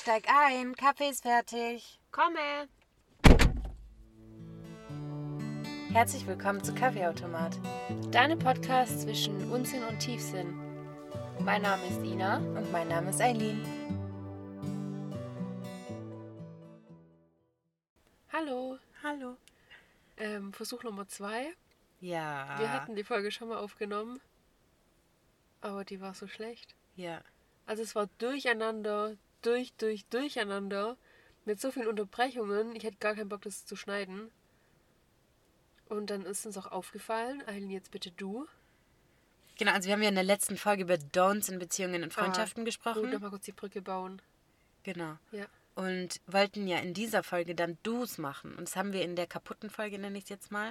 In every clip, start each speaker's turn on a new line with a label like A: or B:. A: Steig ein, Kaffee ist fertig.
B: Komme!
A: Herzlich willkommen zu Kaffeeautomat.
B: Deine Podcast zwischen Unsinn und Tiefsinn. Mein Name ist Ina.
A: Und mein Name ist Eileen.
B: Hallo!
A: Hallo.
B: Ähm, Versuch Nummer zwei.
A: Ja.
B: Wir hatten die Folge schon mal aufgenommen, aber die war so schlecht.
A: Ja.
B: Also es war durcheinander, durch, durch, durcheinander, mit so vielen Unterbrechungen. Ich hatte gar keinen Bock, das zu schneiden. Und dann ist uns auch aufgefallen, Eileen, jetzt bitte du.
A: Genau, also wir haben ja in der letzten Folge über Don'ts in Beziehungen und Freundschaften
B: Ah,
A: gesprochen.
B: Gut, nochmal kurz die Brücke bauen.
A: Genau.
B: Ja.
A: Und wollten ja in dieser Folge dann Do's machen. Und das haben wir in der kaputten Folge, nenne ich es jetzt mal,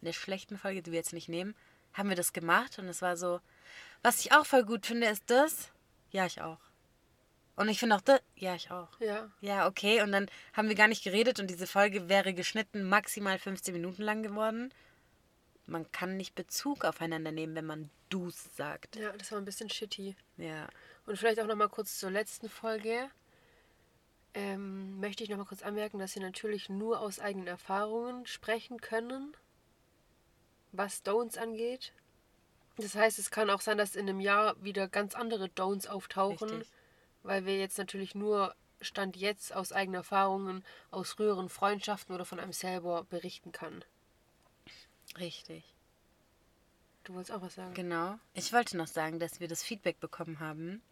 A: in der schlechten Folge, die wir jetzt nicht nehmen, haben wir das gemacht. Und es war so, was ich auch voll gut finde, ist das. Ja, ich auch. Und ich finde auch das. Ja, ich auch.
B: Ja.
A: Ja, okay. Und dann haben wir gar nicht geredet und diese Folge wäre geschnitten maximal 15 Minuten lang geworden. Man kann nicht Bezug aufeinander nehmen, wenn man Du's sagt.
B: Ja, das war ein bisschen shitty.
A: Ja.
B: Und vielleicht auch nochmal kurz zur letzten Folge. Ähm, möchte ich nochmal kurz anmerken, dass wir natürlich nur aus eigenen Erfahrungen sprechen können, was Don'ts angeht. Das heißt, es kann auch sein, dass in einem Jahr wieder ganz andere Don'ts auftauchen,
A: Richtig.
B: weil wir jetzt natürlich nur Stand jetzt aus eigenen Erfahrungen, aus früheren Freundschaften oder von einem selber berichten kann.
A: Richtig.
B: Du wolltest auch was sagen?
A: Genau. Ich wollte noch sagen, dass wir das Feedback bekommen haben,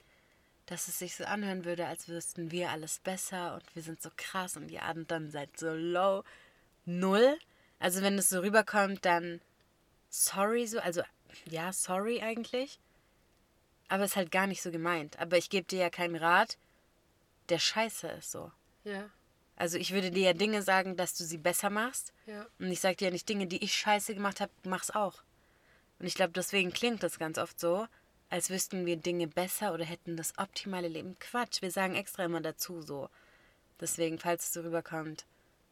A: dass es sich so anhören würde, als wüssten wir alles besser und wir sind so krass und ihr Abend dann seid so low. Null. Also wenn es so rüberkommt, dann sorry so, also ja, sorry eigentlich. Aber ist halt gar nicht so gemeint. Aber ich gebe dir ja keinen Rat, der scheiße ist so.
B: Ja,
A: Also ich würde dir ja Dinge sagen, dass du sie besser machst.
B: ja.
A: Und ich sage dir ja nicht Dinge, die ich scheiße gemacht habe, mach's auch. Und ich glaube, deswegen klingt das ganz oft so, als wüssten wir Dinge besser oder hätten das optimale Leben. Quatsch, wir sagen extra immer dazu so. Deswegen, falls es so rüberkommt,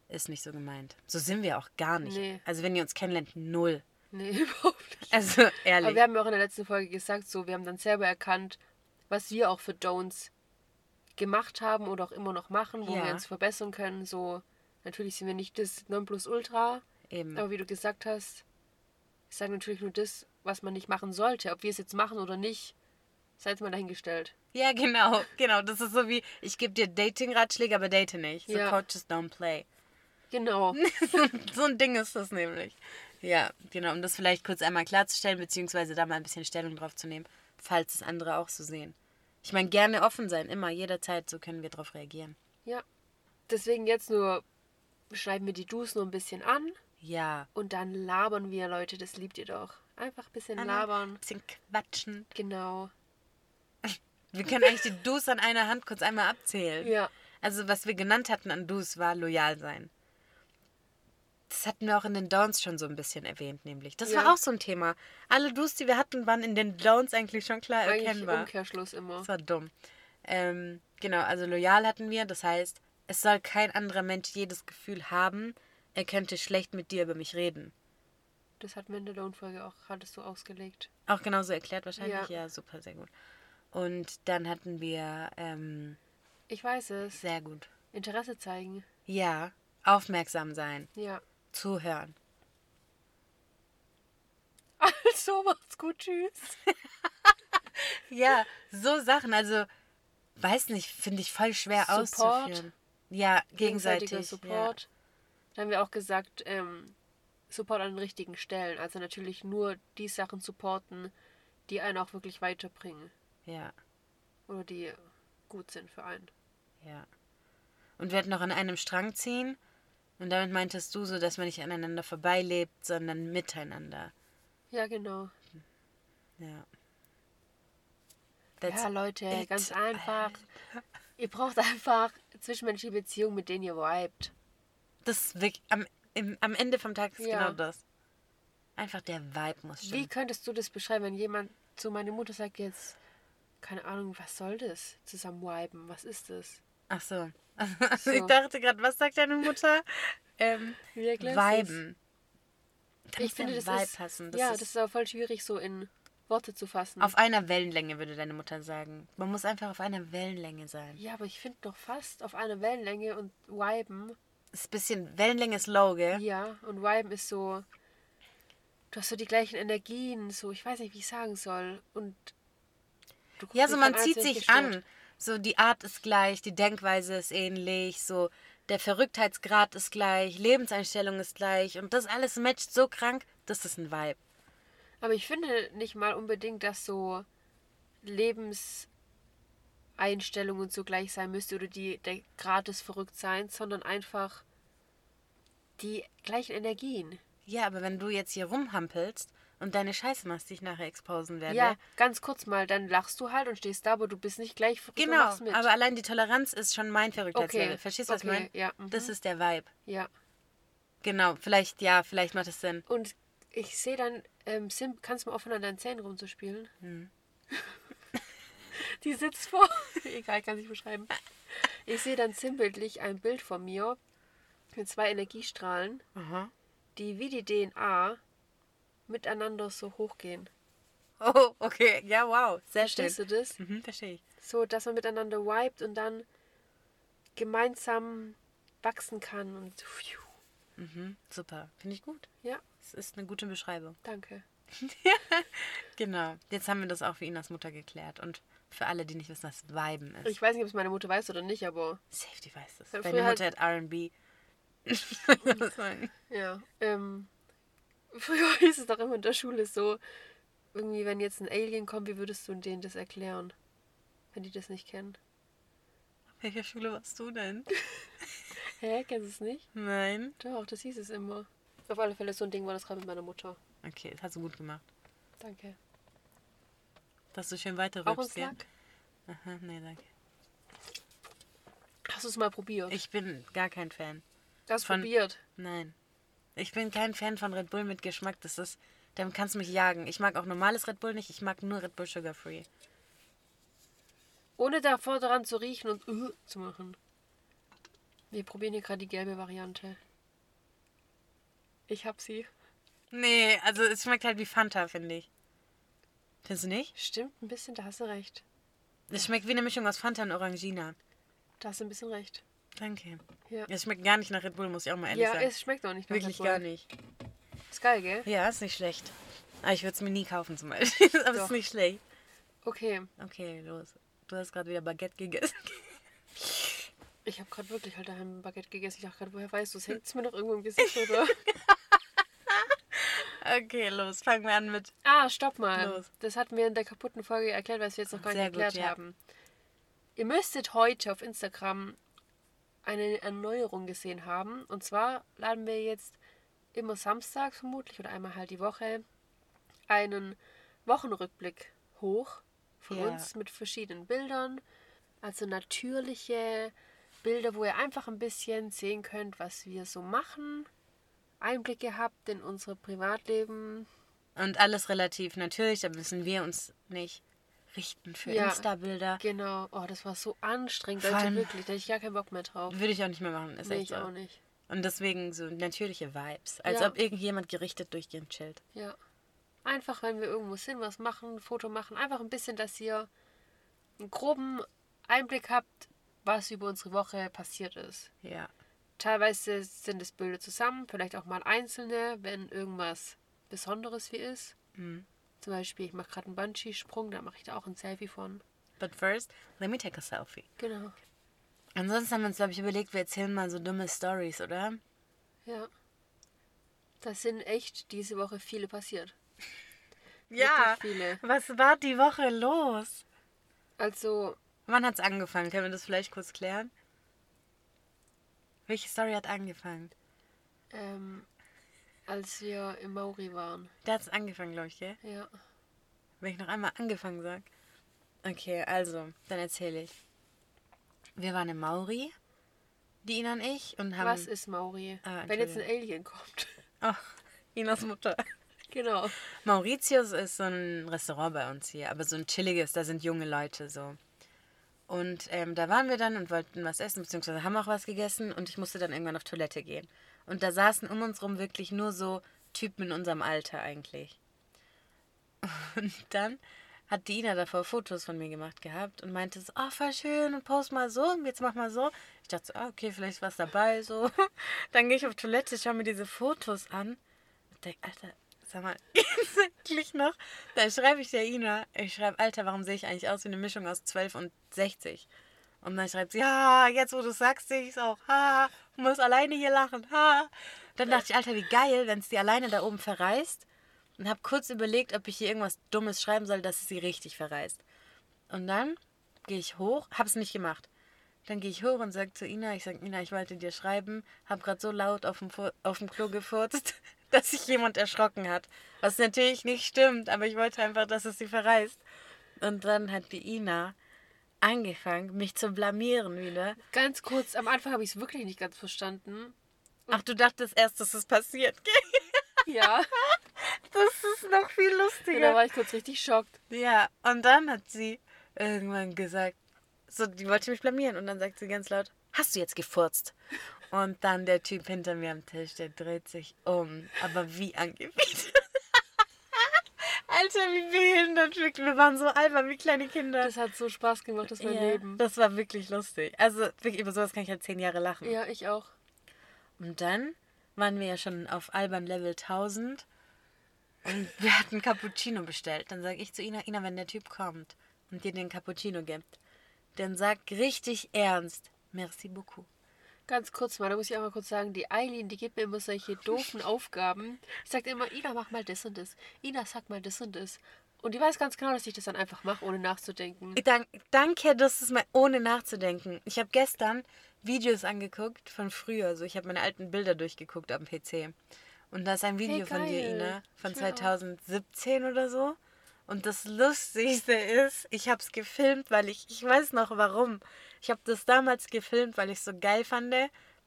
A: ist nicht so gemeint. So sind wir auch gar nicht.
B: Nee.
A: Also wenn ihr uns kennenlernt, null.
B: Nee, überhaupt nicht.
A: Also
B: Aber
A: ehrlich.
B: wir haben ja auch in der letzten Folge gesagt, so, wir haben dann selber erkannt, was wir auch für Don'ts gemacht haben oder auch immer noch machen, wo
A: Ja.
B: wir uns verbessern können. So, natürlich sind wir nicht das Nonplusultra,
A: Eben.
B: aber wie du gesagt hast, ich sage natürlich nur das, was man nicht machen sollte. Ob wir es jetzt machen oder nicht, sei jetzt mal dahingestellt.
A: Ja, genau, genau. Das ist so wie, ich gebe dir Dating-Ratschläge, aber date nicht. So
B: Ja.
A: Coaches don't play. Mhm.
B: Genau.
A: so ein Ding ist das nämlich. Ja, genau, um das vielleicht kurz einmal klarzustellen, beziehungsweise da mal ein bisschen Stellung drauf zu nehmen, falls es andere auch so sehen. Ich meine, gerne offen sein, immer, jederzeit, so können wir drauf reagieren.
B: Ja. Deswegen jetzt nur schreiben wir die Dus nur ein bisschen an
A: Ja.
B: und dann labern wir, Leute. Das liebt ihr doch. Einfach ein bisschen labern.
A: bisschen quatschen.
B: Genau.
A: Wir können eigentlich die Do's an einer Hand kurz einmal abzählen.
B: Ja.
A: Also, was wir genannt hatten an Do's war loyal sein. Das hatten wir auch in den Downs schon so ein bisschen erwähnt, nämlich. Das
B: Ja.
A: war auch so ein Thema. Alle Do's, die wir hatten, waren in den Downs eigentlich schon klar
B: Eigentlich
A: erkennbar.
B: Umkehrschluss immer.
A: Das war dumm. Ähm, genau, also loyal hatten wir. Das heißt, es soll kein anderer Mensch jedes Gefühl haben, er könnte schlecht mit dir über mich reden.
B: Das hat in der Lohnfolge auch, hattest du ausgelegt.
A: Auch genauso erklärt wahrscheinlich. Ja,
B: Ja.
A: super, sehr gut. Und dann hatten wir ähm,
B: Ich weiß es.
A: sehr gut.
B: Interesse zeigen.
A: Ja, aufmerksam sein,
B: Ja.
A: zuhören.
B: Also, macht's gut, tschüss.
A: Ja, so Sachen. Also, weiß nicht, finde ich voll schwer
B: Support.
A: auszuführen. Ja, gegenseitig.
B: Gegenseitiger Support. Dann haben wir auch gesagt, ähm, Support an den richtigen Stellen. Also natürlich nur die Sachen supporten, die einen auch wirklich weiterbringen.
A: Ja, ja.
B: Oder die gut sind für einen.
A: Ja. Und wir hatten noch an einem Strang ziehen. Und damit meintest du so, dass man nicht aneinander vorbeilebt, sondern miteinander.
B: Ja, genau.
A: Ja. That's
B: ja, Leute,
A: it.
B: ganz einfach. Ihr braucht einfach zwischenmenschliche Beziehungen, mit denen ihr vibet.
A: Das ist wirklich, am, im, am Ende vom Tag ist
B: Ja.
A: genau das. Einfach der Vibe muss
B: Wie
A: stimmen.
B: könntest du das beschreiben, wenn jemand zu meiner Mutter sagt jetzt, keine Ahnung, was soll das? Zusammen wipen, was ist das?
A: Ach so.
B: So.
A: Ich dachte gerade, was sagt deine Mutter? ähm,
B: Wie erklärst du's?
A: Viben. Da
B: Ich
A: muss
B: finde,
A: der
B: das
A: Vibe
B: ist,
A: passen. Das
B: ja,
A: ist,
B: das ist aber voll schwierig so in Worte zu fassen.
A: Auf einer Wellenlänge, würde deine Mutter sagen. Man muss einfach auf einer Wellenlänge sein.
B: ja, aber ich finde doch fast auf einer Wellenlänge und Viben.
A: Ist ein bisschen, Wellenlänge ist low, gell?
B: Ja, und Viben ist so. Du hast so die gleichen Energien, so, ich weiß nicht, wie ich sagen soll. Und. du guckst
A: Ja, so
B: mich
A: man
B: an, als
A: zieht
B: wär ich
A: sich
B: gestört.
A: an. So die Art ist gleich, die Denkweise ist ähnlich, so der Verrücktheitsgrad ist gleich, Lebenseinstellung ist gleich und das alles matcht so krank, das ist ein Vibe.
B: Aber ich finde nicht mal unbedingt, dass so Lebenseinstellungen zugleich sein müsste oder die der Grad des Verrücktseins, sondern einfach die gleichen Energien.
A: Ja, aber wenn du jetzt hier rumhampelst und deine Scheiße machst, die ich nachher exposen werde.
B: Ja, ganz kurz mal, dann lachst du halt und stehst da, aber du bist nicht gleich verrückt und
A: Genau,
B: machst mit.
A: aber allein die Toleranz ist schon mein Verrücktheitslevel.
B: Okay,
A: Verstehst du, was ich
B: okay,
A: meine?
B: ja, mhm.
A: Das ist der Vibe.
B: ja.
A: Genau, vielleicht, ja, vielleicht macht es Sinn.
B: Und ich sehe dann, ähm, Sim, kannst du mal aufhören, an deinen Zähnen rumzuspielen? Die sitzt vor. Egal, kann ich beschreiben. Ich sehe dann sinnbildlich ein Bild von mir mit zwei Energiestrahlen,
A: Aha.
B: die wie die DNA miteinander so hochgehen.
A: Oh, okay, ja, wow, sehr schön.
B: Verstehst du das?
A: Mhm, verstehe ich.
B: So, dass man miteinander vibet und dann gemeinsam wachsen kann. Und pfiuh.
A: Mhm, super, finde ich gut.
B: ja,
A: Es ist eine gute Beschreibung.
B: danke.
A: Genau, jetzt haben wir das auch für Inas Mutter geklärt. Und für alle, die nicht wissen, was Viben ist.
B: Ich weiß nicht, ob es meine Mutter weiß oder nicht, aber
A: Safety weiß das.
B: Ja,
A: Deine
B: früher
A: Mutter hat R&B. Soll ich sagen?
B: Ja, ähm, früher hieß es doch immer in der Schule so, irgendwie, wenn jetzt ein Alien kommt, wie würdest du denen das erklären? Wenn die das nicht kennen.
A: Welcher Schule warst du denn?
B: Hä, kennst du es nicht?
A: Nein.
B: Doch, das hieß es immer. Auf alle Fälle, so ein Ding war das gerade mit meiner Mutter.
A: Okay, das hast du gut gemacht.
B: Danke.
A: Dass du schön weiter
B: Auch
A: rübst,
B: ein
A: gell? Aha, nee, danke.
B: Hast du es mal probiert?
A: Ich bin gar kein Fan.
B: Hast du
A: von-
B: probiert?
A: Nein. Ich bin kein Fan von Red Bull mit Geschmack. Das ist. Damit kannst du mich jagen. Ich mag auch normales Red Bull nicht. Ich mag nur Red Bull Sugar Free.
B: Ohne davor daran zu riechen und äh, zu machen. Wir probieren hier gerade die gelbe Variante. Ich hab sie.
A: Nee, also es schmeckt halt wie Fanta, finde ich. Findest du nicht?
B: Stimmt, ein bisschen, da hast du recht.
A: Es schmeckt wie eine Mischung aus Fanta und Orangina.
B: Da hast du ein bisschen recht.
A: Danke.
B: Ja.
A: Es schmeckt gar nicht nach Red Bull, muss ich auch mal ehrlich
B: Ja,
A: sagen.
B: es schmeckt auch nicht. nach
A: Wirklich
B: Red Bull.
A: gar nicht.
B: Ist geil, gell?
A: Ja, ist nicht schlecht. Aber ich würde es mir nie kaufen zum Beispiel. Aber es
B: Doch.
A: ist nicht schlecht.
B: Okay,
A: Okay, los. Du hast gerade wieder Baguette gegessen.
B: ich habe gerade wirklich halt daheim ein Baguette gegessen. Ich dachte gerade, woher weißt du es? Hängt es mir doch irgendwo im Gesicht, oder?
A: Okay, los. Fangen wir an mit
B: ah, stopp mal.
A: Los.
B: Das hatten wir in der kaputten Folge erklärt, was wir jetzt noch gar nicht
A: Sehr gut,
B: erklärt
A: ja.
B: haben. Ihr müsstet heute auf Instagram eine Erneuerung gesehen haben. Und zwar laden wir jetzt immer samstags vermutlich oder einmal halt die Woche einen Wochenrückblick hoch von
A: Ja.
B: uns mit verschiedenen Bildern. Also natürliche Bilder, wo ihr einfach ein bisschen sehen könnt, was wir so machen. Einblicke habt in unser Privatleben.
A: Und alles relativ natürlich, da müssen wir uns nicht richten für
B: Ja.
A: Insta-Bilder.
B: Genau. Oh, das war so anstrengend,
A: Vor
B: Leute,
A: allem-
B: wirklich. Da hatte ich gar keinen Bock mehr drauf.
A: Würde ich auch nicht mehr machen, ist
B: Nee,
A: echt
B: ich auch
A: so.
B: nicht.
A: Und deswegen so natürliche Vibes, als
B: Ja.
A: ob irgendjemand gerichtet durchgehend chillt.
B: Ja. Einfach, wenn wir irgendwo sind, was machen, ein Foto machen, einfach ein bisschen, dass ihr einen groben Einblick habt, was über unsere Woche passiert ist.
A: Ja.
B: Teilweise sind es Bilder zusammen, vielleicht auch mal einzelne, wenn irgendwas Besonderes wie ist. Zum Beispiel, ich mache gerade einen Bungee-Sprung, da mache ich da auch ein Selfie von.
A: But first, let me take a selfie.
B: Genau.
A: Ansonsten haben wir uns, glaube ich, überlegt, wir erzählen mal so dumme Stories, oder?
B: Ja. Das sind echt diese Woche viele passiert. Wirklich Viele.
A: Was war die Woche los?
B: Also,
A: Wann hat's angefangen? Können wir das vielleicht kurz klären? Welche Story hat angefangen?
B: ähm, als wir im Mauri waren.
A: Da hat's angefangen, glaube ich, gell?
B: Ja.
A: Wenn ich noch einmal angefangen sag. Okay, also, dann erzähle ich. Wir waren in Mauri, die Ina und ich, und haben.
B: Was ist Mauri?
A: Ah,
B: Wenn jetzt ein Alien kommt.
A: Oh, Inas Mutter.
B: genau.
A: Mauritius ist so ein Restaurant bei uns hier, aber so ein chilliges, da sind junge Leute so. Und ähm, da waren wir dann und wollten was essen, beziehungsweise haben auch was gegessen und ich musste dann irgendwann auf Toilette gehen. Und da saßen um uns rum wirklich nur so Typen in unserem Alter eigentlich. Und dann hat Dina davor Fotos von mir gemacht gehabt und meinte so, oh, voll schön und post mal so und jetzt mach mal so. Ich dachte so, ah, okay, vielleicht ist was dabei, so. Dann gehe ich auf Toilette, schaue mir diese Fotos an und denke, Alter, sag mal, geht's eigentlich noch? Dann schreibe ich der Ina, ich schreibe, Alter, warum sehe ich eigentlich aus wie eine Mischung aus 12 und 60? Und dann schreibt sie, ja, jetzt wo du sagst, sehe ich es auch, ha, muss alleine hier lachen, ha. Dann dachte ich, Alter, wie geil, wenn es die alleine da oben verreist und habe kurz überlegt, ob ich hier irgendwas Dummes schreiben soll, dass es sie richtig verreist. Und dann gehe ich hoch, habe es nicht gemacht. Dann gehe ich hoch und sage zu Ina, ich sage, Ina, ich wollte dir schreiben, habe gerade so laut auf dem, Fu- auf dem Klo gefurzt, dass sich jemand erschrocken hat. Was natürlich nicht stimmt, aber ich wollte einfach, dass es sie verreist. Und dann hat die Ina angefangen, mich zu blamieren wieder.
B: Ganz kurz, am Anfang habe ich es wirklich nicht ganz verstanden.
A: Ach, du dachtest erst, dass es passiert. gell?
B: Ja.
A: Das ist noch viel
B: Und da
A: lustiger.
B: war ich kurz richtig schockt.
A: Ja, und dann hat sie irgendwann gesagt, so, die wollte mich blamieren. Und dann sagt sie ganz laut, hast du jetzt gefurzt? Und dann der Typ hinter mir am Tisch, der dreht sich um. Aber wie angewidert. Alter, wie behindert. wirklich. Wir waren so albern wie kleine Kinder.
B: Das hat so Spaß gemacht, das mein
A: Ja,
B: Leben.
A: das war wirklich lustig. Also wirklich, über sowas kann ich halt zehn Jahre lachen.
B: Ja, ich auch.
A: Und dann waren wir ja schon auf albern Level 1000 und wir hatten Cappuccino bestellt. Dann sage ich zu Ina, Ina, wenn der Typ kommt und dir den Cappuccino gibt, dann sag richtig ernst, merci beaucoup.
B: Ganz kurz mal, da muss ich einmal kurz sagen, die Eileen, die gibt mir immer solche doofen Aufgaben. Ich sage immer, Ina, mach mal das und das. Ina, sag mal das und das. Und die weiß ganz genau, dass ich das dann einfach mache, ohne nachzudenken.
A: Ich Dank, danke, das ist mal ohne nachzudenken. Ich habe gestern Videos angeguckt von früher. Also ich habe meine alten Bilder durchgeguckt am PC. Und da ist ein Video von dir,
B: geil.
A: Ina, von
B: Ich will auch.
A: 2017 oder so. Und das Lustigste ist, ich habe es gefilmt, weil ich, ich weiß noch warum. Ich habe das damals gefilmt, weil ich es so geil fand,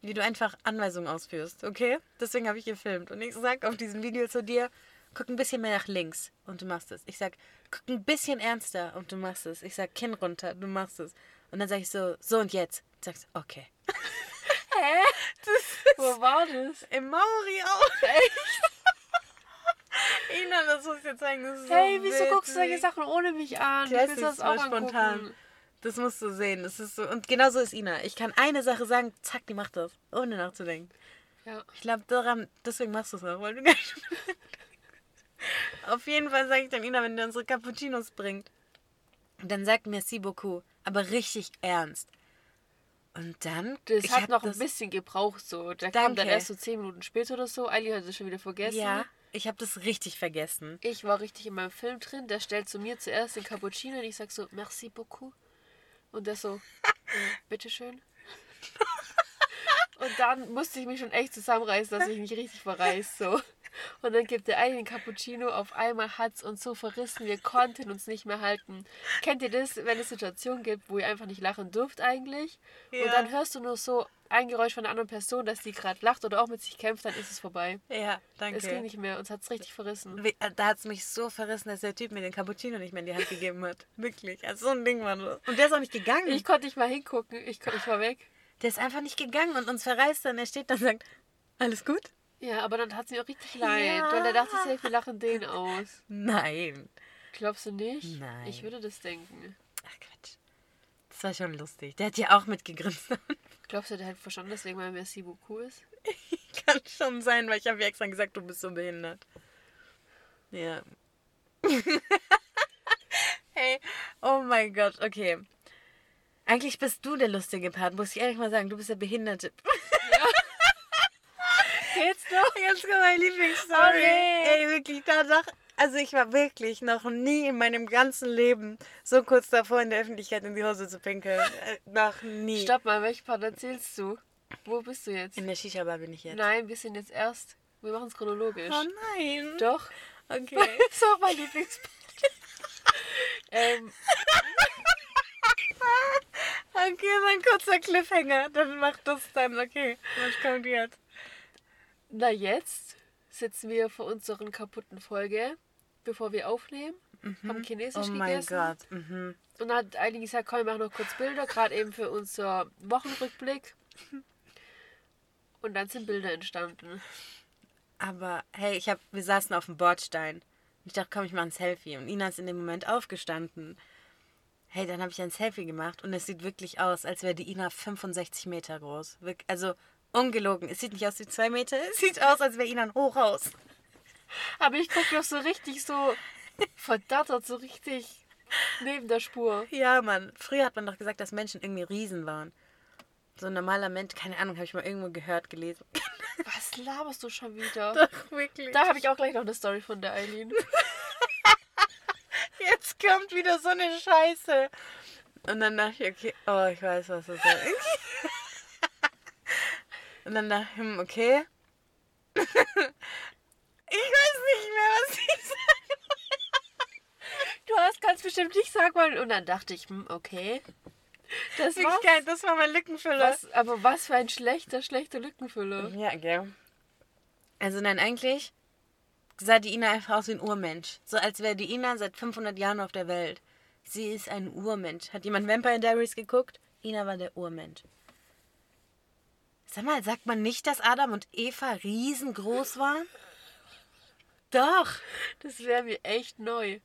A: wie du einfach Anweisungen ausführst, okay? Deswegen habe ich gefilmt. Und ich sag auf diesem Video zu dir, guck ein bisschen mehr nach links und du machst es. Ich sag, guck ein bisschen ernster und du machst es. Ich sag, Kinn runter, du machst es. Und dann sage ich so, so und jetzt. Du sagst, okay.
B: Wo war das?
A: Im Maori auch. Ina, das muss ich dir zeigen. Das ist
B: Hey,
A: so
B: wieso guckst du solche
A: witzig.
B: Sachen ohne mich an?
A: Ja,
B: Ich
A: es
B: will
A: ist
B: das auch
A: voll
B: angucken.
A: Das musst du sehen. Das ist so, und genau so ist Ina. Ich kann eine Sache sagen, zack, die macht das, ohne nachzudenken.
B: Ja.
A: Ich glaube, daran, deswegen machst du es auch, weil du gar nicht Auf jeden Fall sage ich dann Ina, wenn du unsere Cappuccinos bringt. Und dann sagt merci beaucoup, aber richtig ernst. Und dann.
B: Das
A: ich
B: hat
A: hab
B: noch
A: das-
B: ein bisschen gebraucht so. Da
A: Danke.
B: kam dann erst so zehn Minuten später oder so. Eileen hat es schon wieder vergessen.
A: Ja, ich habe das richtig vergessen.
B: Ich war richtig in meinem Film drin. Der stellt zu mir zuerst den Cappuccino und ich sag so, merci beaucoup. Und der so, äh, bitteschön. Und dann musste ich mich schon echt zusammenreißen, dass ich mich richtig verreiß. So. Und dann gibt der eine den Cappuccino, auf einmal hat's uns so verrissen, wir konnten uns nicht mehr halten. Kennt ihr das, wenn es Situationen gibt, wo ihr einfach nicht lachen dürft eigentlich?
A: Ja.
B: Und dann hörst du nur so ein Geräusch von einer anderen Person, dass die gerade lacht oder auch mit sich kämpft, dann ist es vorbei.
A: Ja, danke.
B: Es ging nicht mehr, uns hat's richtig verrissen.
A: Wie- äh, Da hat es mich so verrissen, dass der Typ mir den Cappuccino nicht mehr in die Hand gegeben hat. Wirklich. Also so ein Ding war das. Und der ist auch nicht gegangen.
B: Ich konnte nicht mal hingucken, ich, kon- ich war weg.
A: der ist einfach nicht gegangen und uns verreist dann. Er steht da und sagt, alles gut?
B: Ja, aber dann hat es mir auch richtig leid,
A: Ja.
B: weil da dachte ich, safe, wir lachen den aus.
A: Nein.
B: Glaubst du nicht?
A: Nein.
B: Ich würde das denken.
A: Ach Quatsch. Das war schon lustig. Der hat ja auch mitgegrinst.
B: Glaubst du, der hat verstanden, deswegen weil Merci beaucoup ist?
A: Kann schon sein, weil ich habe ja extra gesagt, du bist so behindert. Ja. hey, oh mein Gott, okay. Eigentlich bist du der lustige Part, muss ich ehrlich mal sagen. Du bist der Behinderte.
B: Geht's noch?
A: Jetzt kommt meine Lieblingsstory.
B: Oh, nee.
A: Ey, wirklich, danach. Also ich war wirklich noch nie in meinem ganzen Leben so kurz davor, in der Öffentlichkeit in die Hose zu pinkeln. Äh, noch nie.
B: Stopp mal, welchen Part erzählst du? Wo bist du jetzt?
A: In der Shisha-Bar bin ich jetzt.
B: Nein, wir sind jetzt erst. Wir machen es chronologisch.
A: Oh nein.
B: Doch.
A: Okay.
B: Das war mein Lieblingspart. ähm,
A: Okay, mein kurzer Cliffhanger. Dann macht das dann. Okay. Was kommt jetzt?
B: na jetzt sitzen wir vor unserer kaputten Folge, bevor wir aufnehmen. Haben Chinesisch
A: Oh
B: gegessen.
A: mein Gott. Mhm.
B: Und dann hat Eileen gesagt, komm, wir machen noch kurz Bilder, gerade eben für unser Wochenrückblick. Und dann sind Bilder entstanden.
A: Aber hey, ich hab, wir saßen auf dem Bordstein. Und ich dachte, komm, ich mache ein Selfie. Und Ina ist in dem Moment aufgestanden. Hey, dann habe ich ein Selfie gemacht und es sieht wirklich aus, als wäre die Ina 65 Meter groß. Wirk- Also ungelogen. Es sieht nicht aus wie zwei Meter, es sieht aus, als wäre Ina ein Hochhaus.
B: Aber ich gucke noch so richtig so verdattert, so richtig neben der Spur.
A: Ja, Mann. Früher hat man doch gesagt, dass Menschen irgendwie Riesen waren. So ein normaler Mensch, keine Ahnung, habe ich mal irgendwo gehört, gelesen.
B: Was laberst du schon wieder?
A: Doch, wirklich.
B: Da habe ich auch gleich noch eine Story von der Eileen.
A: Jetzt kommt wieder so eine Scheiße. Und dann dachte ich, okay, oh, ich weiß, was das ist. Und dann dachte ich, hm, okay. Ich weiß nicht mehr, was ich sagen
B: Du hast ganz bestimmt nicht sagen wollen. Und dann dachte ich, hm, okay. Das war
A: wollte. Das war mein Lückenfüller.
B: was, aber was für ein schlechter, schlechter Lückenfüller.
A: Ja, gell. Also nein, eigentlich sah die Ina einfach aus wie ein Urmensch. So als wäre die Ina seit 500 Jahren auf der Welt. Sie ist ein Urmensch. Hat jemand Vampire Diaries geguckt? Ina war der Urmensch. Sag mal, sagt man nicht, dass Adam und Eva riesengroß waren? Doch.
B: Das wäre mir echt neu.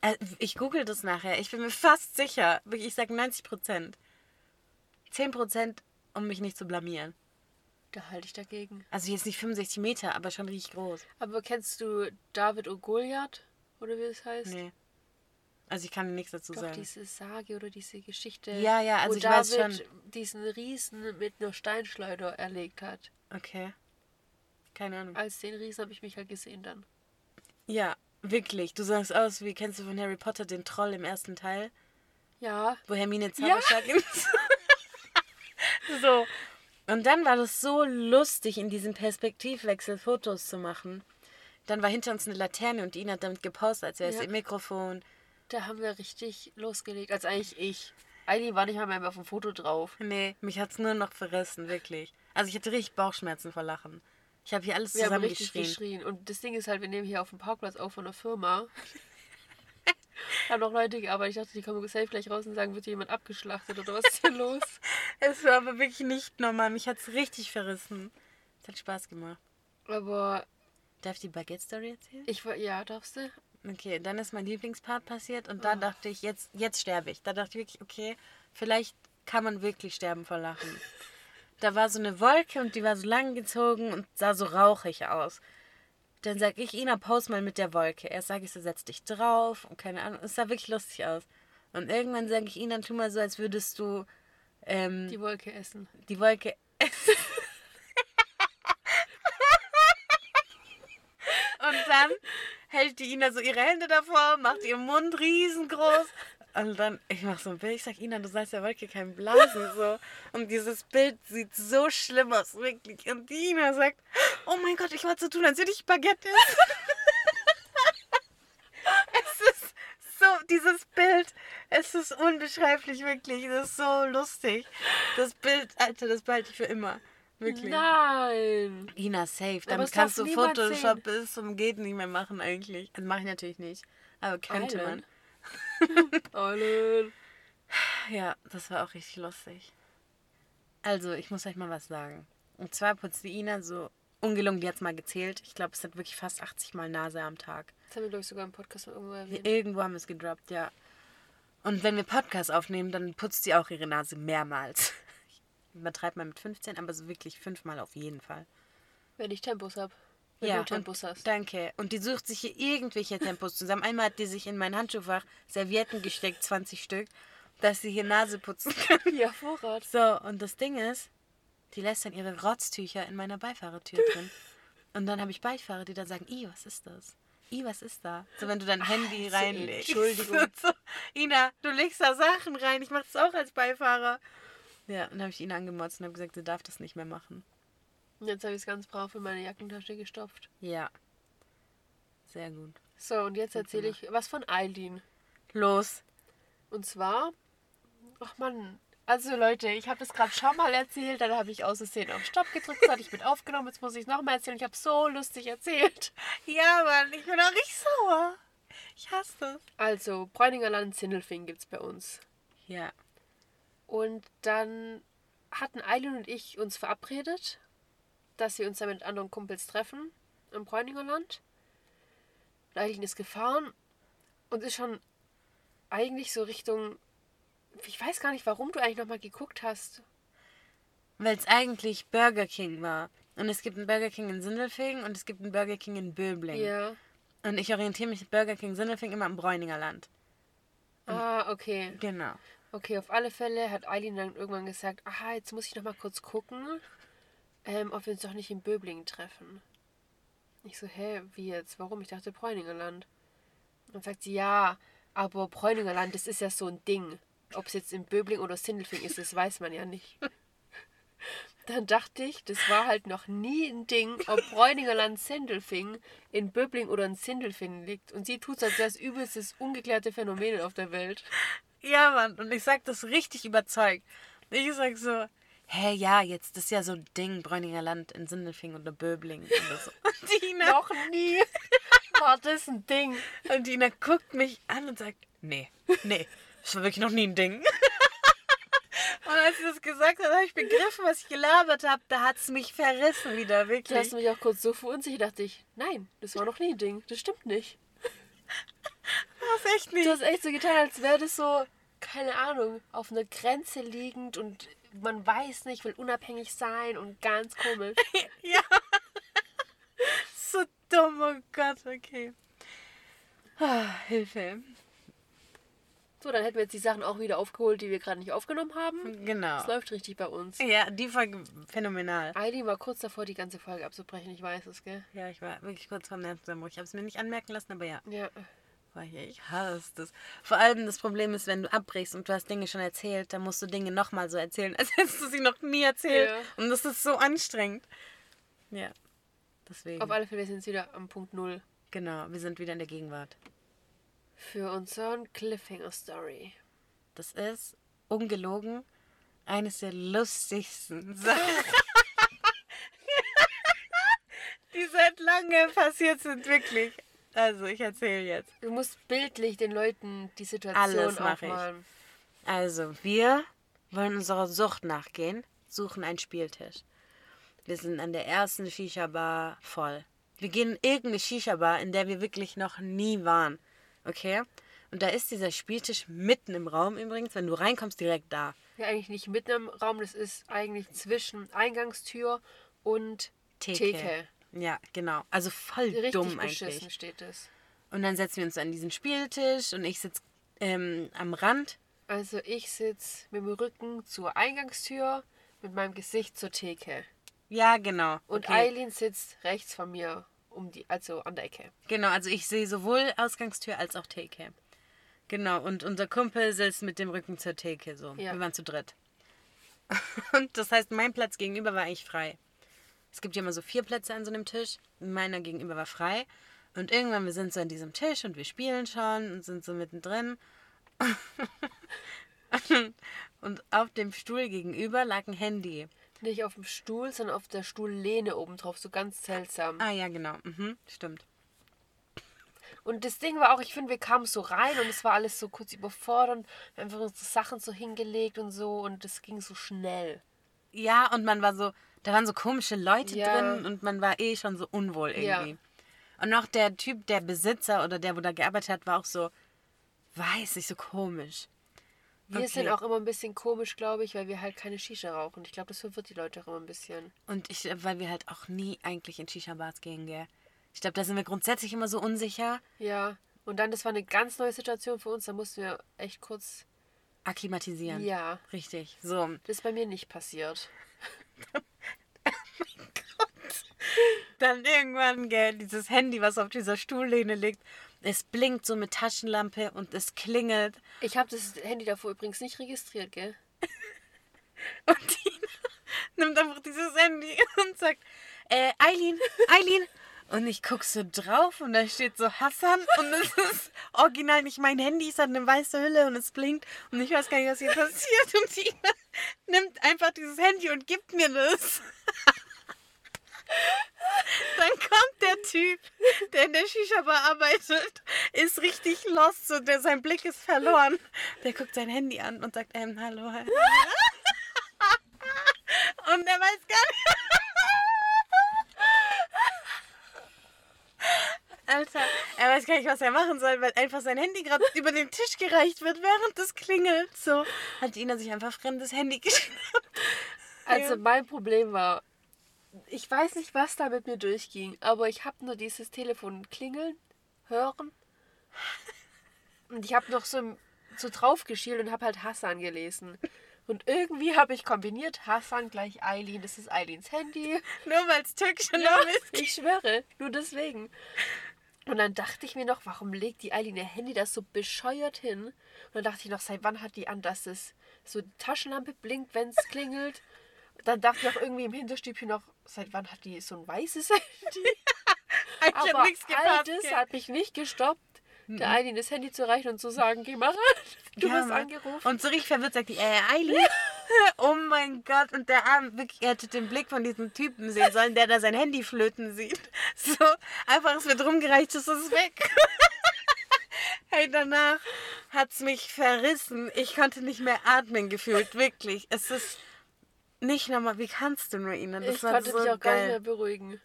A: Äh, Ich google das nachher. Ich bin mir fast sicher. Wirklich, Ich sag 90 Prozent. 10 Prozent, um mich nicht zu blamieren.
B: Da halte ich dagegen.
A: Also jetzt nicht 65 Meter, aber schon richtig groß.
B: Aber kennst du David und Goliath? Oder wie es heißt?
A: Nee. Also ich kann nichts dazu
B: Doch,
A: sagen.
B: diese Sage oder diese Geschichte.
A: Ja, ja, also
B: wo
A: ich weiß
B: David diesen Riesen mit einer Steinschleuder erlegt hat.
A: Okay. Keine Ahnung.
B: Als den Riesen habe ich mich halt gesehen dann.
A: Ja, wirklich. Du sahst aus, wie kennst du von Harry Potter den Troll im ersten Teil,
B: Ja,
A: wo Hermine Zauberstab ist? so. Und dann war das so lustig, in diesem Perspektivwechsel Fotos zu machen. Dann war hinter uns eine Laterne und Ina hat damit gepostet, als wäre es
B: Ja.
A: ihr Mikrofon.
B: da haben wir richtig losgelegt. Also eigentlich ich. Eileen war nicht mal mehr auf dem Foto drauf.
A: Nee, mich hat's nur noch verrissen, wirklich. Also ich hatte richtig Bauchschmerzen vor Lachen. Ich habe hier alles
B: Wir haben richtig
A: zusammengeschrien.
B: geschrien. Und das Ding ist halt, wir nehmen hier auf dem Parkplatz auf von einer Firma. Da haben noch Leute gearbeitet. Ich dachte, die kommen safe gleich raus und sagen, wird hier jemand abgeschlachtet oder was ist hier los?
A: Es war aber wirklich nicht normal. Mich hat's richtig verrissen. Es hat Spaß gemacht.
B: Aber
A: Darf ich die Baguette-Story erzählen?
B: ich war, ja, darfst du?
A: Okay, dann ist mein Lieblingspart passiert und da dachte ich, jetzt, jetzt sterbe ich. Da dachte ich wirklich, okay, vielleicht kann man wirklich sterben vor Lachen. Da war so eine Wolke und die war so lang gezogen und sah so rauchig aus. Dann sag ich, Ina, pause mal mit der Wolke. Erst sage ich so, setz dich drauf und keine Ahnung. Es sah wirklich lustig aus. Und irgendwann sage ich Ina, tu mal so, als würdest du ähm,
B: Die Wolke essen.
A: die Wolke essen. Und dann hält die Ina so ihre Hände davor, macht ihren Mund riesengroß. Und dann, ich mach so ein Bild, ich sag, Ina, du sagst der Wolke keinen Blasen. So. Und dieses Bild sieht so schlimm aus, wirklich. Und die Ina sagt, oh mein Gott, ich wollte so tun, als würde ich Baguette essen. es ist so, dieses Bild, es ist unbeschreiblich, wirklich. Das ist so lustig. Das Bild, Alter, das behalte ich für immer. Wirklich.
B: Nein!
A: Ina safe.
B: Aber
A: Damit
B: es
A: kannst
B: darf
A: du
B: niemand
A: Photoshop bis zum Geht nicht mehr machen eigentlich. Das mache Also ich natürlich nicht. Aber könnte
B: Island.
A: man.
B: Oh, Allen.
A: Ja, das war auch richtig lustig. Also, ich muss euch mal was sagen. Und zwar putzt die Ina so ungelungen, die hat mal gezählt. Ich glaube, es sind wirklich fast 80 Mal Nase am Tag.
B: Das haben wir, glaube ich, sogar im Podcast mal irgendwo
A: Wir,
B: erwähnt.
A: irgendwo haben wir es gedroppt, ja. Und wenn wir Podcasts aufnehmen, dann putzt sie auch ihre Nase mehrmals. Ich übertreibe mal mit 15, aber so wirklich fünfmal auf jeden Fall.
B: Wenn ich Tempos habe. Wenn du Tempos
A: und-
B: hast.
A: Danke. Und die sucht sich hier irgendwelche Tempos zusammen. Einmal hat die sich in mein Handschuhfach Servietten gesteckt, 20 Stück, dass sie hier Nase putzen kann.
B: Ja, Vorrat.
A: So, und das Ding ist, die lässt dann ihre Rotztücher in meiner Beifahrertür drin. Und dann habe ich Beifahrer, die dann sagen, i, was ist das? I, was ist da? So, wenn du dein Handy
B: Also,
A: reinlegst.
B: Entschuldigung.
A: So, Ina, du legst da Sachen rein. Ich mache das auch als Beifahrer. Ja, und dann habe ich ihn angemotzt und habe gesagt, sie darf das nicht mehr machen.
B: Und Jetzt habe ich es ganz brav in meine Jackentasche gestopft.
A: Ja. Sehr gut.
B: So, und jetzt erzähle ich was von Eileen.
A: Los.
B: Und zwar, ach Mann, also Leute, ich habe das gerade schon mal erzählt, dann habe ich aus Versehen auf Stopp gedrückt, gesagt, ich bin aufgenommen, jetzt muss ich es nochmal erzählen. Ich habe so lustig erzählt.
A: Ja, Mann, ich bin auch richtig sauer. Ich hasse das.
B: Also, Bräuninger Land Sindelfing gibt es bei uns.
A: Ja.
B: Und dann hatten Eileen und ich uns verabredet, dass wir uns dann mit anderen Kumpels treffen im Bräuninger Land. Und Eileen ist gefahren und ist schon eigentlich so Richtung. Ich weiß gar nicht, warum du eigentlich nochmal geguckt hast.
A: Weil es eigentlich Burger King war. Und es gibt einen Burger King in Sindelfingen und es gibt einen Burger King in Böbling.
B: Ja.
A: Und ich orientiere mich Burger King Sindelfingen immer am Bräuninger Land.
B: Ah, okay.
A: Genau.
B: Okay, auf alle Fälle hat Eileen dann irgendwann gesagt, aha, jetzt muss ich noch mal kurz gucken, ähm, ob wir uns doch nicht in Böblingen treffen. Ich so, hä, wie jetzt? Warum? Ich dachte Bräuningerland. Dann sagt sie, ja, aber Bräuningerland, das ist ja so ein Ding. Ob es jetzt in Böbling oder Sindelfing ist, das weiß man ja nicht. Dann dachte ich, das war halt noch nie ein Ding, ob Bräuningerland Sindelfing in Böbling oder in Sindelfing liegt. Und sie tut es als wäre es übelstes ungeklärte Phänomen auf der Welt.
A: Ja, Mann. Und ich sag das richtig überzeugt. Ich sag so, hä, ja, jetzt das ist ja so ein Ding, Bräuninger Land in Sindelfingen oder Böblingen oder so. Und Dina,
B: Noch nie war das ein Ding.
A: und Dina guckt mich an und sagt, nee, nee, das war wirklich noch nie ein Ding. Und als sie das gesagt hat, habe ich begriffen, was ich gelabert habe. Da hat es mich verrissen wieder,
B: Du hast
A: wirklich.
B: mich auch kurz so verunsichert, dachte ich, nein, das war noch nie ein Ding. Das stimmt nicht.
A: Das ist echt
B: Du
A: nicht.
B: hast echt so getan, als wäre das so, keine Ahnung, auf einer Grenze liegend und man weiß nicht, will unabhängig sein und ganz komisch.
A: Ja. So dumm, oh Gott, okay. Ah, Hilfe.
B: So, dann hätten wir jetzt die Sachen auch wieder aufgeholt, die wir gerade nicht aufgenommen haben.
A: Genau.
B: Das läuft richtig bei uns.
A: Ja, die Folge phänomenal.
B: Eileen war kurz davor, die ganze Folge abzubrechen, ich weiß es, gell?
A: Ja, ich war wirklich kurz vorm Nervenzusammenbruch. Ich habe es mir nicht anmerken lassen, aber ja.
B: Ja.
A: War hier, ich hasse das. Vor allem das Problem ist, wenn du abbrichst und du hast Dinge schon erzählt, dann musst du Dinge nochmal so erzählen, als hättest du sie noch nie erzählt.
B: Ja.
A: Und das ist so anstrengend. Ja. Deswegen.
B: Auf alle Fälle sind wir jetzt wieder am Punkt Null
A: genau, wir sind wieder in der Gegenwart.
B: für unseren Cliffhanger-Story.
A: Das ist, ungelogen, eines der lustigsten Sachen, die seit lange passiert sind, wirklich. Also, ich erzähle jetzt.
B: Du musst bildlich den Leuten die Situation
A: Alles mach ich.
B: aufmalen.
A: Also, wir wollen unserer Sucht nachgehen, suchen einen Spieltisch. Wir sind an der ersten Shisha-Bar voll. Wir gehen in irgendeine Shisha-Bar, in der wir wirklich noch nie waren. Okay? Und da ist dieser Spieltisch mitten im Raum übrigens, wenn du reinkommst, direkt da.
B: Ja, eigentlich nicht mitten im Raum, das ist eigentlich zwischen Eingangstür und Theke.
A: Ja, genau. Also voll
B: Richtig
A: dumm
B: beschissen
A: eigentlich.
B: steht es.
A: Und dann setzen wir uns an diesen Spieltisch und ich sitze ähm, am Rand.
B: Also ich sitze mit dem Rücken zur Eingangstür, mit meinem Gesicht zur Theke.
A: Ja, genau.
B: Und
A: Okay.
B: Eileen sitzt rechts von mir, um die, also an der Ecke.
A: Genau, also ich sehe sowohl Ausgangstür als auch Theke. Genau, und unser Kumpel sitzt mit dem Rücken zur Theke so.
B: Ja.
A: Wir waren zu dritt. Und das heißt, mein Platz gegenüber war eigentlich frei. Es gibt ja immer so vier Plätze an so einem Tisch. Meiner gegenüber war frei. Und irgendwann, wir sind so an diesem Tisch und wir spielen schon und sind so mittendrin. und auf dem Stuhl gegenüber lag ein Handy.
B: Nicht auf dem Stuhl, sondern auf der Stuhllehne obendrauf, so ganz seltsam.
A: Ah ja, genau. Mhm, stimmt.
B: Und das Ding war auch, ich finde, wir kamen so rein und es war alles so kurz überfordernd. Wir haben einfach unsere Sachen so hingelegt und so und es ging so schnell.
A: Ja, und man war so, da waren so komische Leute
B: Ja.
A: drin und man war eh schon so unwohl
B: Ja.
A: irgendwie. Und auch der Typ, der Besitzer oder der, wo da gearbeitet hat, war auch so, weiß ich, so komisch.
B: Wir
A: Okay.
B: sind auch immer ein bisschen komisch, glaube ich, weil wir halt keine Shisha rauchen. Ich glaube, das verwirrt die Leute auch immer ein bisschen.
A: Und ich, weil wir halt auch nie eigentlich in Shisha-Bars gehen, gell. Ich glaube, da sind wir grundsätzlich immer so unsicher,
B: Ja. Und dann, das war eine ganz neue Situation für uns. Da mussten wir echt kurz.
A: akklimatisieren.
B: Ja.
A: Richtig, so.
B: Das ist bei mir nicht passiert.
A: Dann irgendwann, gell, dieses Handy, was auf dieser Stuhllehne liegt, es blinkt so mit Taschenlampe und es klingelt.
B: Ich habe das Handy davor übrigens nicht registriert, gell?
A: Und Tina nimmt einfach dieses Handy und sagt, äh, Eileen, Eileen. Und ich guck so drauf und da steht so Hassan und es ist original nicht mein Handy, es hat eine weiße Hülle und es blinkt und ich weiß gar nicht, was hier passiert. Und Tina nimmt einfach dieses Handy und gibt mir das. Dann kommt der Typ, der in der Shisha-Bar arbeitet, ist richtig lost, so der, sein Blick ist verloren. Der guckt sein Handy an und sagt, ähm, hallo, hallo. Und er weiß gar nicht. Alter, er weiß gar nicht, was er machen soll, weil einfach sein Handy gerade über den Tisch gereicht wird, während es klingelt. So hat Ina sich einfach fremdes Handy geschnappt.
B: Also mein Problem war, ich weiß nicht, was da mit mir durchging, aber ich habe nur dieses Telefon klingeln, hören und ich habe noch so, so drauf geschielt und habe halt Hassan gelesen. Und irgendwie habe ich kombiniert Hassan gleich Eileen. Das ist Eileens Handy.
A: Nur weil es türkischer Name ist.
B: Ich schwöre, nur deswegen. Und dann dachte ich mir noch, warum legt die Eileen ihr Handy das so bescheuert hin? Und dann dachte ich noch, seit wann hat die an, dass es so die Taschenlampe blinkt, wenn es klingelt? Und dann dachte ich noch irgendwie im Hinterstübchen noch, seit wann hat die so ein weißes Handy?
A: Eigentlich
B: Aber
A: hat nichts
B: all
A: gepasst.
B: das
A: gell? Mhm.
B: hat mich nicht gestoppt, der Eileen das Handy zu reichen und zu sagen, geh mal ran. Du
A: Ja,
B: wirst
A: Mann.
B: angerufen.
A: Und so richtig verwirrt sagt die, äh, Eileen. oh mein Gott. Und der Arm, wirklich, er hätte den Blick von diesem Typen sehen sollen, der da sein Handy flöten sieht. So, einfach, es wird rumgereicht, es ist weg. hey, danach hat's mich verrissen. Ich konnte nicht mehr atmen gefühlt, wirklich. Es ist nicht normal. Wie kannst du nur ihnen? Das
B: ich
A: war
B: konnte
A: so
B: mich auch gar nicht
A: geil.
B: mehr beruhigen.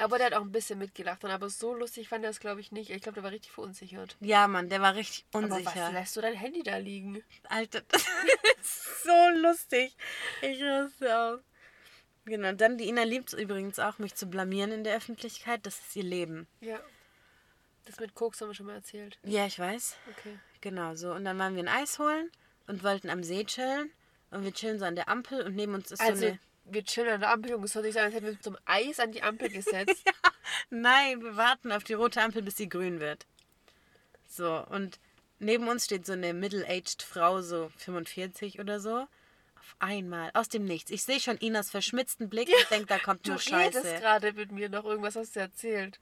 B: Aber der hat auch ein bisschen mitgelacht. Und aber so lustig fand er es, glaube ich, nicht. Ich glaube, der war richtig verunsichert.
A: Ja, Mann, der war richtig
B: Aber was
A: unsicher.
B: lässt du dein Handy da liegen?
A: Alter, das ist so lustig. Ich raste auf. Genau, dann die Ina liebt es übrigens auch, mich zu blamieren in der Öffentlichkeit. Das ist ihr Leben.
B: Ja. Das mit Koks haben wir schon mal erzählt.
A: Ja, ich weiß.
B: Okay.
A: Genau so. Und dann waren wir ein Eis holen und wollten am See chillen. Und wir chillen so an der Ampel und neben uns ist
B: Also,
A: so eine...
B: wir chillen an der Ampel, Junge. Es soll nicht sein, als hätten wir uns zum Eis an die Ampel gesetzt.
A: Nein, wir warten auf die rote Ampel, bis sie grün wird. So, und neben uns steht so eine middle-aged Frau, so 45 oder so. Auf einmal, aus dem Nichts. Ich sehe schon Inas verschmitzten Blick und denke, da kommt
B: du
A: nur
B: redest
A: Scheiße.
B: gerade mit mir noch irgendwas, hast du erzählt.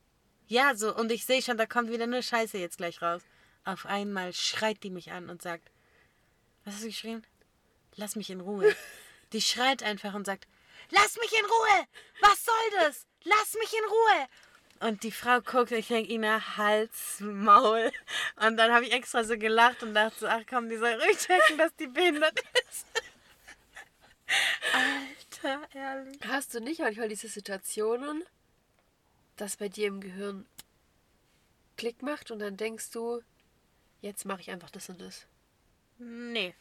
A: Ja, so, und ich sehe schon, da kommt wieder nur Scheiße jetzt gleich raus. Auf einmal schreit die mich an und sagt, was hast du geschrien? Lass mich in Ruhe. Die schreit einfach und sagt, lass mich in Ruhe! Was soll das? Lass mich in Ruhe! Und die Frau guckt, ich denke, Ina, Hals, Maul. Und dann habe ich extra so gelacht und dachte so, ach komm, die soll ruhig checken, dass die behindert ist. Alter, ehrlich.
B: Hast du nicht manchmal diese Situationen, dass bei dir im Gehirn Klick macht und dann denkst du, jetzt mache ich einfach das und das?
A: Nee.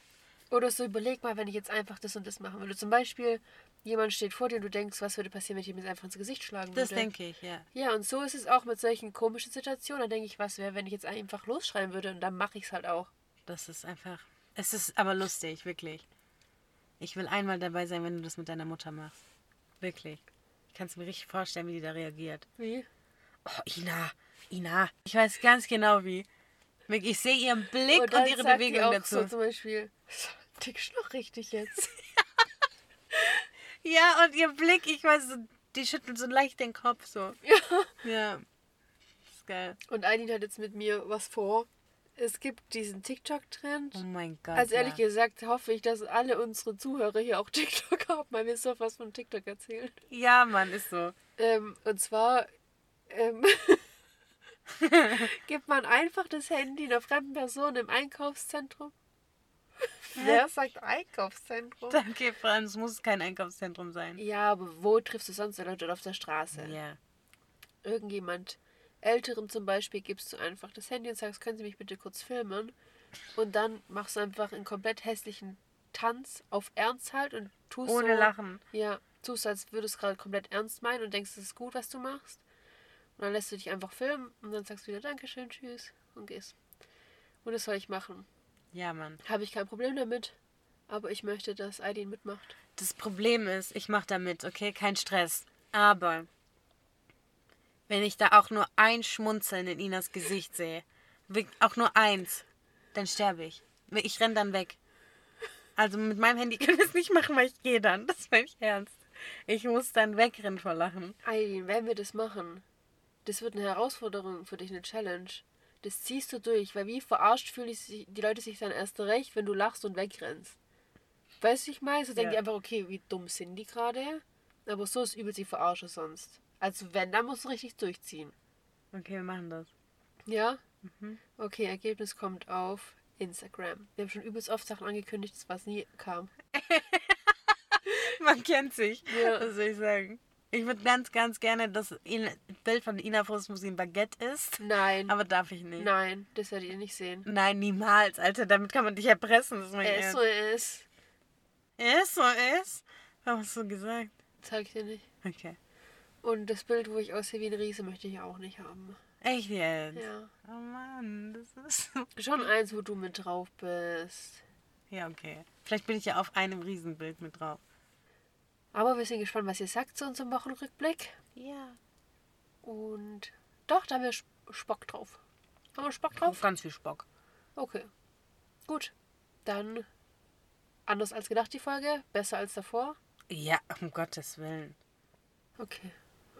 B: Oder so überleg mal, wenn ich jetzt einfach das und das machen würde. Zum Beispiel, jemand steht vor dir und du denkst, was würde passieren, wenn ich ihm jetzt einfach ins Gesicht schlagen
A: Das
B: würde.
A: denke ich, ja.
B: ja, und so ist es auch mit solchen komischen Situationen. Da denke ich, was wäre, wenn ich jetzt einfach losschreien würde und dann mache ich es halt auch.
A: Das ist einfach. Es ist aber lustig, wirklich. Ich will einmal dabei sein, wenn du das mit deiner Mutter machst. Wirklich. Ich kann es mir richtig vorstellen, wie die da reagiert.
B: Wie?
A: Oh, Ina, Ina. Ich weiß ganz genau wie. Wirklich, Ich sehe ihren Blick und,
B: dann
A: ihre
B: sagt die
A: Bewegung
B: auch
A: dazu.
B: So zum Beispiel, tickst du noch richtig jetzt?
A: Ja, und ihr Blick, ich weiß, so, die schüttelt so leicht den Kopf so. Ja. Ja. Ist geil.
B: und Aileen hat jetzt mit mir was vor. Es gibt diesen TikTok-Trend.
A: Oh mein Gott.
B: Also ehrlich
A: ja.
B: gesagt hoffe ich, dass alle unsere Zuhörer hier auch TikTok haben, weil wir so was von TikTok erzählen.
A: Ja, Mann, ist so.
B: Ähm, und zwar ähm, gibt man einfach das Handy einer fremden Person im Einkaufszentrum. Wer sagt Einkaufszentrum?
A: Danke, Franz. Muss kein Einkaufszentrum sein.
B: Ja, aber wo triffst du sonst Leute auf der Straße?
A: Ja.
B: Irgendjemand Älterem zum Beispiel gibst du einfach das Handy und sagst, können Sie mich bitte kurz filmen? Und dann machst du einfach einen komplett hässlichen Tanz auf Ernst halt und tust
A: Ohne
B: so,
A: Lachen.
B: Ja, tust, als würdest du gerade komplett ernst meinen und denkst, es ist gut, was du machst. Und dann lässt du dich einfach filmen und dann sagst du wieder Dankeschön, tschüss und gehst. Und das soll ich machen.
A: Ja, Mann.
B: Habe ich kein Problem damit, aber ich möchte, dass Aidin mitmacht.
A: Das Problem ist, ich mache da mit, okay? Kein Stress. Aber wenn ich da auch nur ein Schmunzeln in Inas Gesicht sehe, wirk- auch nur eins, dann sterbe ich. Ich renn dann weg. Also mit meinem Handy kann ich es nicht machen, weil ich gehe dann. Das meine ich ernst. Ich muss dann wegrennen vor Lachen.
B: Aidin, wenn wir das machen, das wird eine Herausforderung für dich, eine Challenge. Das ziehst du durch, weil wie verarscht fühlen sich- die Leute sich dann erst recht, wenn du lachst und wegrennst. Weißt du, ich meine? So denken
A: Ja.
B: die einfach, okay, wie dumm sind die gerade? Aber so ist übel sie verarsche sonst. Also wenn, dann musst du richtig durchziehen.
A: Okay, wir machen das.
B: Ja?
A: Mhm.
B: Okay, Ergebnis kommt auf Instagram. Wir haben schon übelst oft Sachen angekündigt, was nie kam.
A: Man kennt sich. Was soll ich sagen? Ich würde ganz, ganz gerne das Il- Bild von Ina Frustmusik Baguette ist.
B: Nein,
A: Aber darf ich nicht.
B: nein, das werdet ihr nicht sehen.
A: Nein, niemals, Alter. Damit kann man dich erpressen. Das ist mein
B: Er ist so, er ist.
A: Ist so, ist. Warum hast du gesagt?
B: Zeig ich dir nicht.
A: Okay.
B: Und das Bild, wo ich aussehe wie ein Riese, möchte ich auch nicht haben.
A: Echt jetzt?
B: Ja.
A: Oh Mann, das ist so.
B: Schon eins, wo du mit drauf bist.
A: Ja, okay. Vielleicht bin ich ja auf einem Riesenbild mit drauf.
B: Aber wir sind gespannt, was ihr sagt zu unserem Wochenrückblick.
A: Ja.
B: Und doch, da haben wir Sp- Spock drauf. Haben wir Spock drauf?
A: Auf Oh, ganz viel Spock.
B: Okay. Gut. Dann anders als gedacht die Folge, besser als davor.
A: Ja, um Gottes Willen.
B: Okay.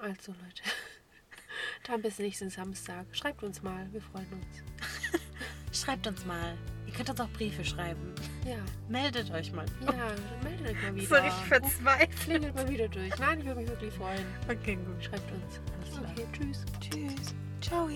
B: Also Leute. Dann bis nächsten Samstag. Schreibt uns mal, wir freuen uns.
A: Schreibt uns mal. Ihr könnt uns auch Briefe schreiben.
B: Ja,
A: Meldet euch mal.
B: ja, dann meldet euch mal wieder.
A: So richtig verzweifelt.
B: Klingelt mal wieder durch. Nein, ich würde mich wirklich freuen.
A: Okay, gut.
B: Schreibt uns.
A: Alles klar.
B: Okay, tschüss.
A: Tschüss. Ciao.